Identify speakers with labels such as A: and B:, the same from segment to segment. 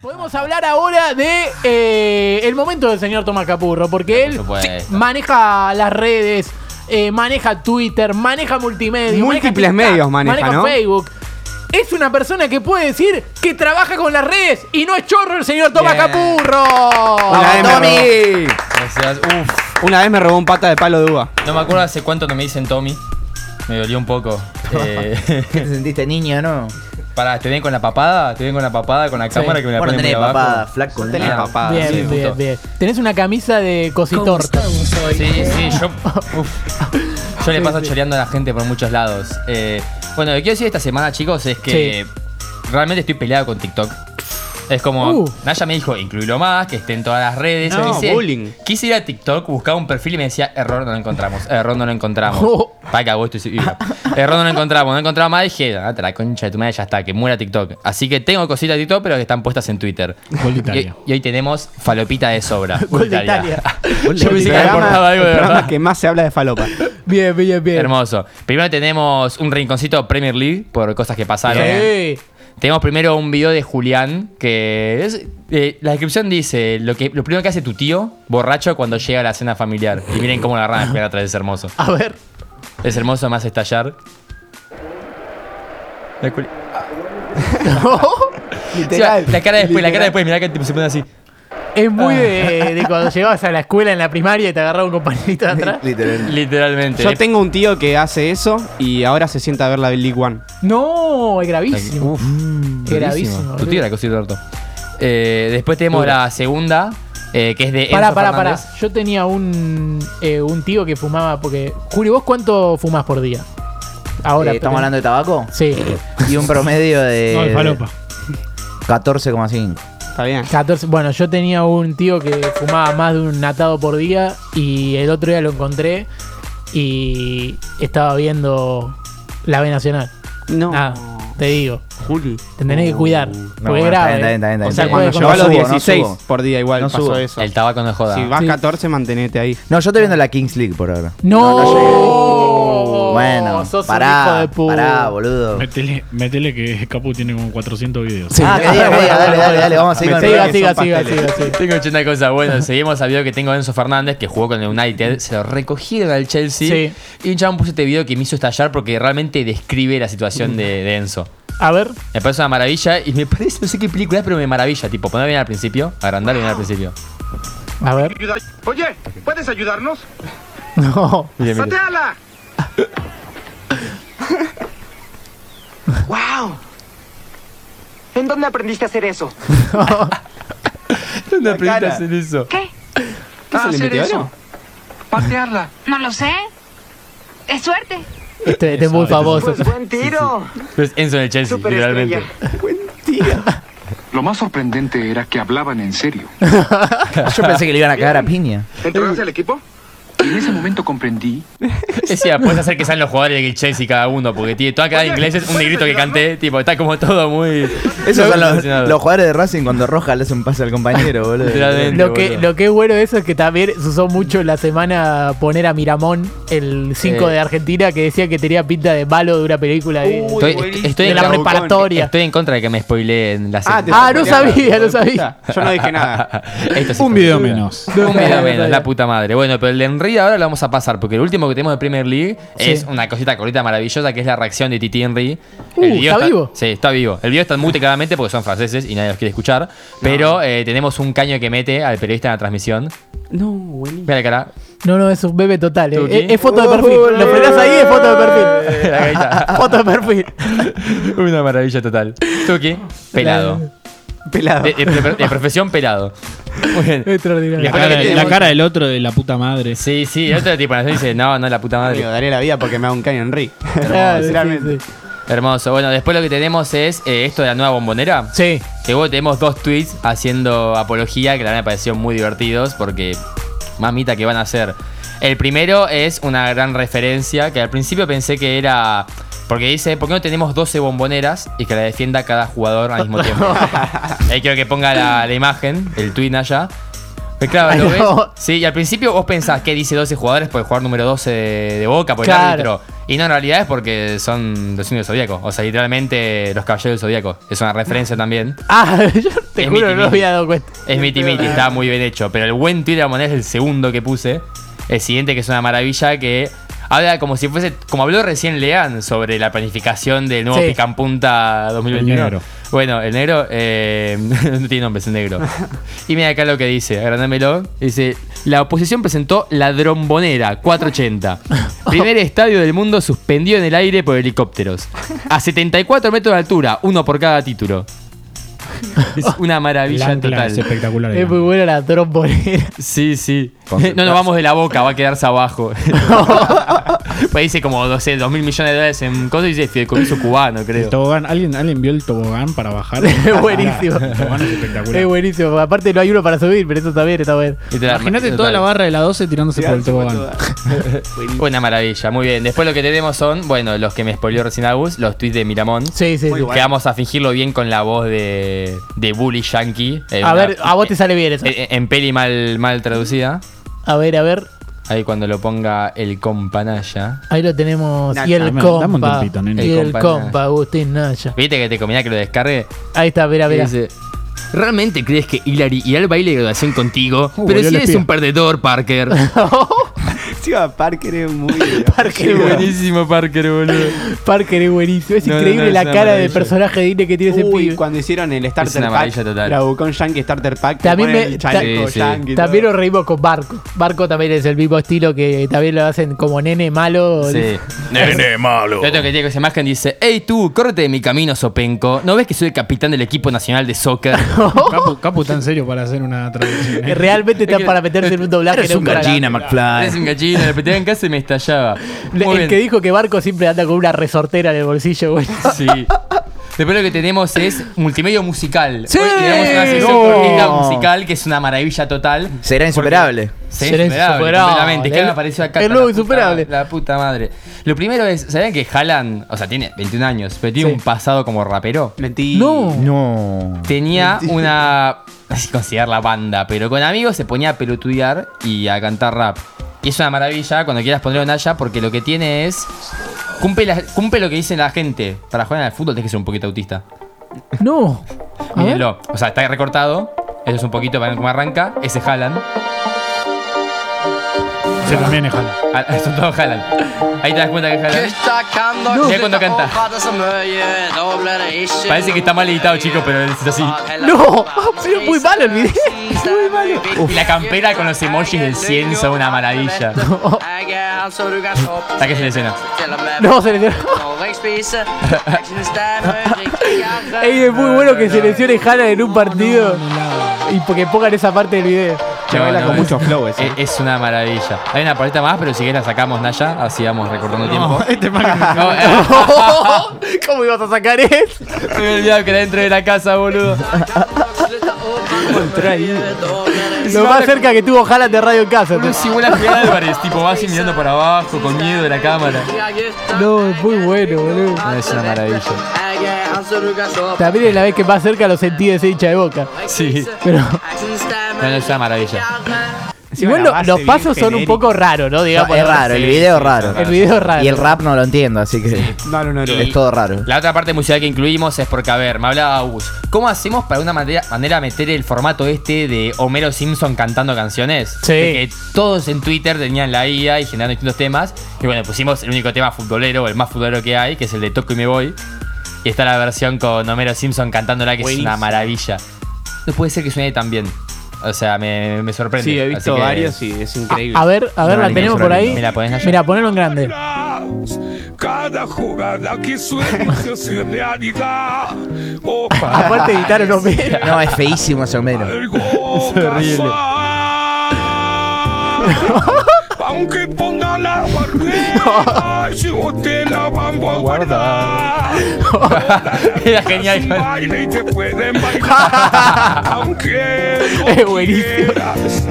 A: Podemos hablar ahora de eh, el momento del señor Tomás Capurro, porque él
B: supuesto.
A: maneja las redes, eh, maneja Twitter, maneja multimedia,
C: Múltiples
A: maneja
C: medios maneja, ¿no?
A: Facebook. Es una persona que puede decir que trabaja con las redes y no es chorro el señor Tomás
B: Bien.
A: Capurro. Ah,
C: Una vez, me robó,
B: Gracias. Uf,
C: una vez me robó un pata de palo de uva.
B: no me acuerdo hace cuánto que me dicen Tommy. Me dolió un poco. Eh,
D: ¿Qué te sentiste niño, no?
B: pará, ¿te ven con la papada? ¿Te ven con la papada con la cámara que me la
D: Bueno,
B: ponen muy
D: tenés
B: abajo?
D: papada, flaco. Eh,
C: Tenés
D: nada.
C: papada. Ah,
A: bien,
B: sí,
A: bien,
B: justo.
A: bien. Tenés una camisa de cositorta.
B: Sí, sí, yo. uf. yo le paso choreando a la gente por muchos lados. Eh, bueno, lo que quiero decir esta semana, chicos, es que realmente estoy peleado con TikTok. Es como,
A: Uh.
B: Naya me dijo, incluirlo más, que esté en todas las redes.
C: No,
B: Yo quise-
C: bullying.
B: Quise ir a TikTok, buscaba un perfil y me decía, error no lo encontramos, error no lo encontramos.
A: Oh.
B: Pa' que hago esto y se- y- Error no lo encontramos, no encontraba más. Dije, date la concha de tu madre, ya está, que muera TikTok. Así que tengo cositas de TikTok, pero que están puestas en Twitter.
A: Gol de
B: Y-
A: Italia.
B: Y, hoy tenemos falopita de sobra.
A: Gol de Italia.
B: Yo pensé que había aportado algo de
C: el programa
B: verdad.
C: que más se habla de falopa.
A: Bien, bien, bien.
B: Hermoso. Primero tenemos un rinconcito Premier League por cosas que pasaron.
A: Sí.
B: Tenemos primero un video de Julián que es, eh, la descripción dice lo que lo primero que hace tu tío borracho cuando llega a la cena familiar. Y miren cómo la rana espera atrás, es hermoso.
A: A ver.
B: Es hermoso más estallar. La, culi-
C: Literal.
B: Sí, la cara después, la cara
C: Literal.
B: después, mirá que tipo se pone así.
A: Es muy de, de cuando llegabas a la escuela en la primaria y te agarraba un compañerito de atrás.
D: Literal.
B: Literalmente.
C: Yo tengo un tío que hace eso y ahora se sienta a ver la League One.
A: No, es gravísimo.
B: Uf,
A: gravísimo,
B: Uh, Tu
A: boludo.
B: tío era cosito orto. Eh, después tenemos
A: Dura.
B: la segunda, eh, que es de
A: Pará,
B: Enzo
A: pará, pará.
B: Fernández.
A: Yo tenía un, eh, un tío que fumaba porque. Julio, ¿vos cuánto fumás por día? Ahora.
D: Eh, ¿Estamos hablando de tabaco?
A: Sí,
D: Y un promedio de.
E: No, de falopa.
D: 14,5.
C: Está bien.
A: 14. Bueno, yo tenía un tío que fumaba más de un natado por día y el otro día lo encontré y estaba viendo la B Nacional.
C: No.
A: Nada, te digo.
C: Juli.
A: Te tenés que cuidar.
D: Uh, No,
A: porque es
D: bueno,
A: grave.
D: está bien, está bien, está bien,
A: O
B: está
A: sea,
B: bien.
A: puede
C: Cuando llegó a
A: contagiar.
C: los
D: no subo, no
C: 16
D: subo.
C: por día igual
D: No
C: pasó
D: subo.
C: eso.
B: El tabaco no joda.
C: si vas
A: Sí.
C: 14, mantenete ahí.
D: No, yo estoy viendo la Kings League por ahora.
A: No,
D: Oh, bueno,
A: sos
D: pará,
A: un hijo de puta.
D: pará, boludo.
E: Metele, metele que Capu tiene como 400 videos.
D: Ah, que diga, que diga, dale, dale, dale, vamos a seguir con el
C: Metele-
A: Siga, siga,
D: programa.
C: son
A: siga, siga,
C: pasteles.
A: siga.
B: Tengo 80 cosas. Bueno, seguimos al video que tengo de Enzo Fernández, que jugó con el United. Se lo recogieron al Chelsea.
A: Sí.
B: Y un chabón puso este video que me hizo estallar porque realmente describe la situación de, de Enzo.
A: A ver.
B: Me parece una maravilla y me parece, no sé qué película es, pero me maravilla. Tipo, poner bien al principio, agrandar bien al principio.
A: A ver.
F: Ayudar- Oye, ¿puedes ayudarnos?
A: No.
B: Mire, mire.
F: ¡Sateala!
G: ¡Wow! ¿En dónde aprendiste a hacer eso?
B: ¿Dónde
C: La
B: aprendiste a
C: cara.
B: hacer eso?
H: ¿Qué?
C: ¿Qué se le
F: hacer
C: metió
F: eso.
C: algo?
F: Patearla.
H: No lo sé. Es suerte.
A: Este, este es muy famoso.
G: Pues buen tiro.
B: Pues Enzo en el Chelsea,
G: Súper
B: literalmente.
G: estrella.
F: Lo más sorprendente era que hablaban en serio.
D: Yo pensé que le iban a cagar a piña.
F: ¿Entrarás al equipo? Y en ese momento comprendí.
B: Decía, puedes hacer que sean los jugadores del Chelsea cada uno, porque tiene toda cada inglés es un negrito que canté, tipo, está como todo muy.
D: Esos
B: muy
D: son los,
B: emocionado.
D: los jugadores de Racing cuando Roja le hace un pase al compañero, boludo.
B: Literalmente,
A: Lo que,
B: boludo.
A: lo que es bueno de eso es que también se usó mucho la semana poner a Miramón, el 5
B: Eh.
A: de Argentina, que decía que tenía pinta de malo de una película de,
C: Uy,
B: Estoy-
C: buenísimo.
B: estoy
A: de
B: en
A: la
B: Bravucón.
A: preparatoria.
B: Estoy en contra de que me spoileen la
C: Ah, te
B: serie. Ah,
A: Ah, no
C: spoilearon,
A: sabía,
C: hijo de
A: no sabía.
C: puta. Yo no dije nada.
B: Esto es
E: Un video
B: imposible.
E: menos.
B: Un video menos, la puta madre. Bueno, pero el de Henry ahora lo vamos a pasar, porque el último que tenemos de Premier League es una cosita cortita maravillosa, que es la reacción de Titi Henry.
A: Uh, ¿está vivo?
B: Sí, está vivo. El video está en mute claramente porque son franceses y nadie los quiere escuchar. Pero eh, tenemos un caño que mete al periodista en la transmisión.
C: No, buenísimo.
B: Mira la cara.
A: No, no, es un bebé total. eh.
B: ¿Tuki?
A: Es, es foto de perfil. Lo frenás ahí, es foto de perfil.
B: La carita.
A: foto de perfil.
B: Una maravilla total. Tuki, pelado.
C: Pelado.
A: Eh,
B: De, de- de- de profesión, pelado. Muy bien.
E: La
A: Extraordinario.
E: cara,
C: que
E: la
C: tenemos-
E: cara del otro de la puta madre.
B: Sí, sí, el otro tipo en la serie dice, no, no, la puta madre.
C: Amigo, daré la vida porque me haga un caño Henry.
A: Claro, sí,
C: Sinceramente.
A: sí.
B: Hermoso. Bueno, después lo que tenemos es eh, esto de la nueva bombonera.
A: Sí.
B: Que luego tenemos dos tweets haciendo apología que la verdad me parecieron muy divertidos porque mamita que van a hacer. El primero es una gran referencia que al principio pensé que era porque dice, ¿por qué no tenemos 12 bomboneras y que la defienda cada jugador al mismo tiempo? Ahí quiero que ponga la, la imagen, el tweet allá. Pero claro,
D: Ay,
B: lo ves-
D: no.
B: Sí, y al principio vos pensás que dice 12 jugadores porque jugar número 12 de, de Boca por
A: Claro.
B: el árbitro. Y no, en realidad es porque son los signos del Zodíaco. O sea, literalmente los caballeros del Zodíaco. Es una referencia también.
A: Ah, yo te
B: Es
A: juro que
B: Mickey
A: no me
B: Mickey.
A: había dado cuenta.
B: Es miti miti, está muy bien hecho. Pero el buen Twitter de Monés es el segundo que puse. El siguiente, que es una maravilla, que habla como si fuese. Como habló recién Lean sobre la planificación del nuevo
A: Sí.
B: Picampunta 2021.
E: El negro.
B: Bueno, el negro. eh, no tiene nombre, es el negro. Y mira acá lo que dice, agrandámelo. Dice: La oposición presentó la Drombonera 480. Primer estadio del mundo suspendido en el aire por helicópteros. A 74 metros de altura, uno por cada título. Es una
E: El
B: maravilla
E: ancla
B: total.
E: es espectacular.
A: Es
E: digamos.
A: muy buena la trombonera.
B: Sí, sí.
D: Con
B: No nos
D: plazo.
B: vamos de la boca, va a quedarse abajo. pues dice como, no sé, dos mil millones de dólares en cosas y dice fideicomiso cubano,
E: El
B: creo.
E: tobogán, ¿alguien, ¿alguien vio el tobogán para bajar?
A: Es buenísimo.
E: El tobogán es espectacular.
A: Es buenísimo. Aparte no hay uno para subir, pero eso está bien, está bien.
B: Literal-
E: Imagínate toda
B: total.
E: la barra de la 12 tirándose por el tobogán.
B: Una maravilla, muy bien. Después lo que tenemos son, bueno, los que me spoileó recién Agus, los tweets de Miramón.
A: Sí, sí. sí.
B: Que vamos a fingirlo bien con la voz de, de Bully Yankee. en
A: A
B: una-
A: ver, a vos te sale bien eso.
B: En, en peli mal, mal traducida.
A: A ver, a ver.
B: Ahí cuando lo ponga el companaya.
A: Ahí lo tenemos.
C: Nacha,
A: y el
E: dame- dame un
A: compa.
E: tempito, nene.
A: y
B: El
A: el
B: compa,
A: compa, Agustín Naya.
B: ¿Viste que te convenía que lo descargue?
A: Ahí está, verá, verá.
B: Dice, ¿Realmente crees que Hillary irá al baile de graduación contigo? Pero
E: Uh, volvió
B: si
E: el
B: eres
E: espía.
B: un perdedor, Parker.
C: Encima Parker es muy.
B: Qué buenísimo, Parker, boludo.
A: Parker es buenísimo. Es
B: No, no,
A: increíble
B: no, es
A: la
B: una
A: cara de
B: maravilla.
A: personaje de Disney que tiene ese
C: Uy,
A: pibe.
C: cuando hicieron el Starter
B: una
C: Pack,
B: maravilla total.
C: la Bucón Yankee Starter Pack, que
A: También
C: ponen
A: me-
C: el
A: ta-
C: chaleco
B: Sí, sí.
C: yankee y
A: También
C: todo.
A: nos reímos con Barco. Barco también es el mismo estilo que también lo hacen como nene malo.
B: Sí. Nene malo. Lo otro que tiene con esa imagen dice: Hey tú, córrete de mi camino, Sopenco. ¿No ves que soy el capitán del equipo nacional de soccer?
E: Capu, Capu está en serio para hacer una traducción. ¿eh?
A: Realmente
B: Es
A: están
B: que-
A: para meterse en un doblaje.
D: Eres
A: no
D: un
A: para-
D: gallina,
B: Eres
D: McFly.
B: Ah, un gallina, lo peteaba en casa y me estallaba.
A: Le-
B: Muy
A: El
B: bien.
A: que dijo que Barco siempre anda con una resortera en el bolsillo, güey.
B: Sí. Después lo que tenemos es multimedio musical.
A: Sí.
B: Hoy tenemos una sección
A: No.
B: cortita musical que es una maravilla total.
D: Será insuperable.
B: Sí,
A: Será
B: insuperable.
A: insuperable.
B: Completamente. ¿Qué
A: El-
B: me apareció acá?
A: el
B: La
A: nuevo
B: puta-
A: insuperable.
B: La puta madre. Lo primero es, ¿sabían que Haaland, o sea, tiene 21 años, pero tiene
A: Sí.
B: un pasado como rapero?
C: Mentí.
A: No.
D: No.
B: Tenía una. No sé si considerar la banda, pero con amigos se ponía a pelotudear y a cantar rap. Y es una maravilla cuando quieras ponerlo en Naya porque lo que tiene es. Cumple, la- cumple lo que dice la gente. Para jugar al fútbol tienes que ser un poquito autista.
A: No. A ver.
B: Mírenlo. O sea, está recortado. Eso es un poquito para ver cómo arranca. Ese Haaland.
E: Se también es jala.
B: Ah, Son todos Haaland. Ahí te das cuenta que es Haaland. Mirá cuando canta. Parece que está mal editado, chicos, pero es así.
F: Ah,
A: No. Pero es muy malo el video. Muy malo.
B: Y la campera con los emojis del 100 son una maravilla. Está que se le escena.
A: No, seleccionó. Ey, es muy bueno que seleccione Hannah en un partido y porque pongan esa parte del video.
C: Se baila con mucho flow
B: es,
C: ese. ¿eh?
B: es una maravilla. Hay una paleta más, pero si quieres la sacamos, Naya. Así vamos recortando tiempo.
E: Este man
B: No, eh,
A: ¿Cómo ibas a sacar eso?
B: me había olvidado que era dentro de la casa, boludo.
A: Lo más cerca que tuvo Haaland de Radio en casa.
B: Boludo, si vuela Fidel Álvarez, tipo, va así mirando para abajo, con miedo de la cámara.
A: No, es muy bueno, boludo.
B: No, es una maravilla.
A: También es la vez que más cerca lo sentí de ese hincha de boca.
B: Sí.
A: Pero
B: No, no, es una maravilla.
C: Encima
A: igual
C: la
A: lo-
C: base
A: los
C: bien
A: pasos son un
C: genérica.
A: poco raros, ¿no? Digamos,
D: es raro, el video es raro.
A: El video es raro.
D: Y el rap no lo entiendo, así que
C: No, no, no. no.
D: es todo raro.
B: La otra parte musical que incluimos es porque, a ver, me hablaba Agus, ¿cómo hacemos para de una manera, manera meter el formato este de Homero Simpson cantando canciones?
A: Sí.
B: De que todos en Twitter tenían la IA y generando distintos temas. Y bueno, pusimos el único tema futbolero, el más futbolero que hay, que es el de Toco y me voy. Y está la versión con Homero Simpson cantándola, que es una maravilla. No puede ser que suene tan bien. O sea, me, me sorprende.
C: Sí, he
B: Así
C: visto
B: que-
C: varios y es increíble.
A: A ver, a ver,
D: No,
A: la
D: ni
A: tenemos
D: eso,
A: por
D: ni
A: ahí.
D: eso.
B: Me la ponés allá.
A: Mira, ponelo en grande.
I: Cada jugada que suena se hace realidad. O
A: Aparte editaron los medios.
D: No, es feísimo ese Homero.
I: algo casual. Aunque ponga la guardia, yo te la vamos a guardar.
B: Era
I: Genial. Sin
B: genial.
I: baile y te pueden bailar. Aunque no
A: Es buenísimo.
I: quieras,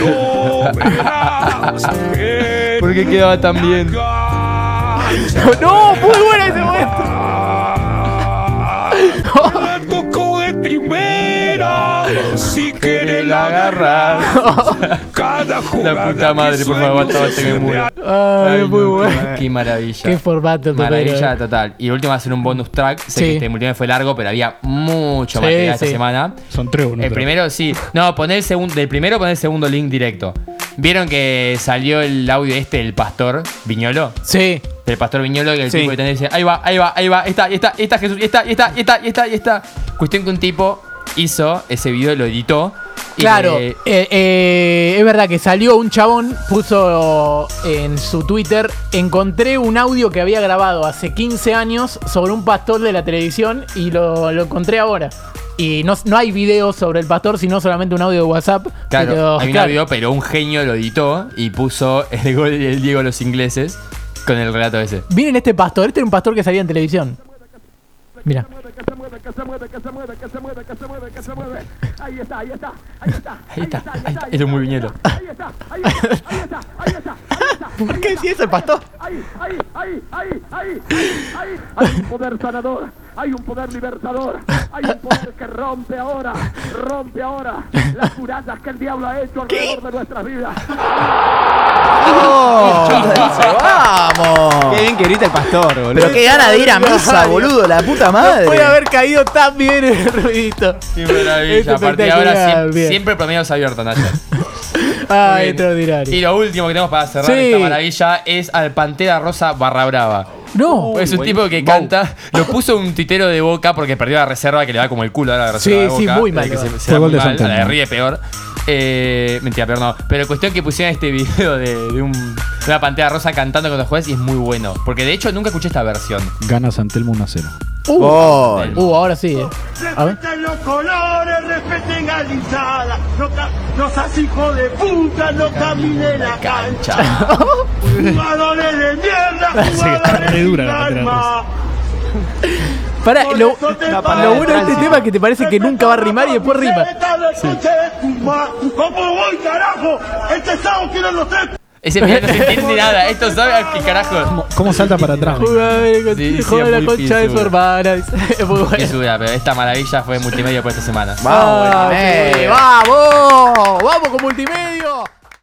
I: lo verás. Que
B: ¿Por qué quedaba tan bien?
A: No, muy buena ese momento.
I: Me tocó de primera. Si querés la agarrar, cada jugada.
B: La puta madre, por favor, aguanta, que me muero.
A: Ay, muy
B: no,
A: bueno.
B: Qué maravilla.
A: Qué formato
B: Ah, Maravilla
A: total.
B: total. Y el último va a ser un bonus track. Sé
A: Sí.
B: que este multimedia fue largo, pero había mucho
A: Sí,
B: material esta
A: sí.
B: semana.
E: Son tres, uno.
B: El primero, sí. No, poné el segundo. Del primero poné el segundo link directo. ¿Vieron que salió el audio este del pastor Viñolo?
A: Sí,
B: Del pastor Viñolo que el
C: Sí.
B: tipo que tenés dice, ahí va, ahí va, ahí va, ahí está, ahí está, ahí está Jesús, ahí está, ahí está, ahí está, ahí está, ahí está. Cuestión que un tipo hizo ese video, lo editó. y
A: claro.
B: le-
A: eh, eh, es verdad que salió un chabón, puso en su Twitter, encontré un audio que había grabado hace 15 años sobre un pastor de la televisión y lo, lo encontré ahora. Y no, no hay video sobre el pastor, sino solamente un audio de WhatsApp.
B: Claro,
A: pero,
B: hay un
A: claro,
B: audio, pero un genio lo editó y puso el gol del Diego a los ingleses con el relato ese.
A: Miren este pastor, este era un pastor que salía en televisión. Mira.
B: Ahí está, ahí está, era muy viñero.
A: ¿Por qué decía eso el pastor?
D: Oh. ¡Vamos!
C: Qué bien que grita el pastor, boludo.
D: Pero qué gana de ir a misa, boludo, la puta madre.
A: Puede haber caído tan bien el ruidito.
B: Qué maravilla.
A: Esto
B: A partir de ahora
A: espectacular,
B: siem- siempre,
A: bien.
B: promedios abiertos, Naya.
A: Ah,
B: Bien. Y
A: extraordinario.
B: lo último que tenemos para cerrar
A: Sí.
B: esta maravilla es al Pantera Rosa Barra Brava.
A: No. uh,
B: es un tipo que canta, lo puso un titero de boca porque perdió la reserva que le da como el culo a la reserva.
A: Sí,
B: de
A: sí,
B: Boca,
A: muy
B: eh,
A: mal
B: que
A: le
B: se-
A: va.
B: se
E: Fue
B: da
E: gol
B: muy
E: de
B: mal,
E: Santana.
B: a la de ríe peor. Eh, mentira, peor no. Pero cuestión que pusieron este video de, de un- de una pantera rosa cantando con los jueces y es muy bueno. Porque de hecho nunca escuché esta versión.
E: Gana Santelmo 1 a 0.
A: Uh,
B: Oh.
D: Gol.
A: uh, ahora sí. eh. A ver.
I: Respeten los colores, respeten a Lizada. No, ca- no seas hijo de puta, no camine en la cancha. Jugadores de mierda, jugadores
E: re
I: sin
E: dura la Pantera
I: alma.
A: Pará,
I: Por
A: lo,
I: eso te
A: lo
I: parece
A: bueno de este
I: fácil.
A: tema es que te parece que nunca va a rimar y después rima.
I: ¿Cómo voy, carajo? Este sábado quiero los tres
B: Ese video no se entiende nada. Esto sabe a qué carajo.
E: ¿Cómo salta para atrás?
A: Jugador con-
B: Sí, sí,
A: joder,
B: es
A: la
B: muy
A: concha de su
B: fisura.
A: hermana. Es muy
B: Qué
A: bueno.
B: suda, pero esta maravilla fue multimedia por esta semana.
A: Ah, sí,
D: Vamos,
A: ¡Vamos! ¡Vamos con multimedio!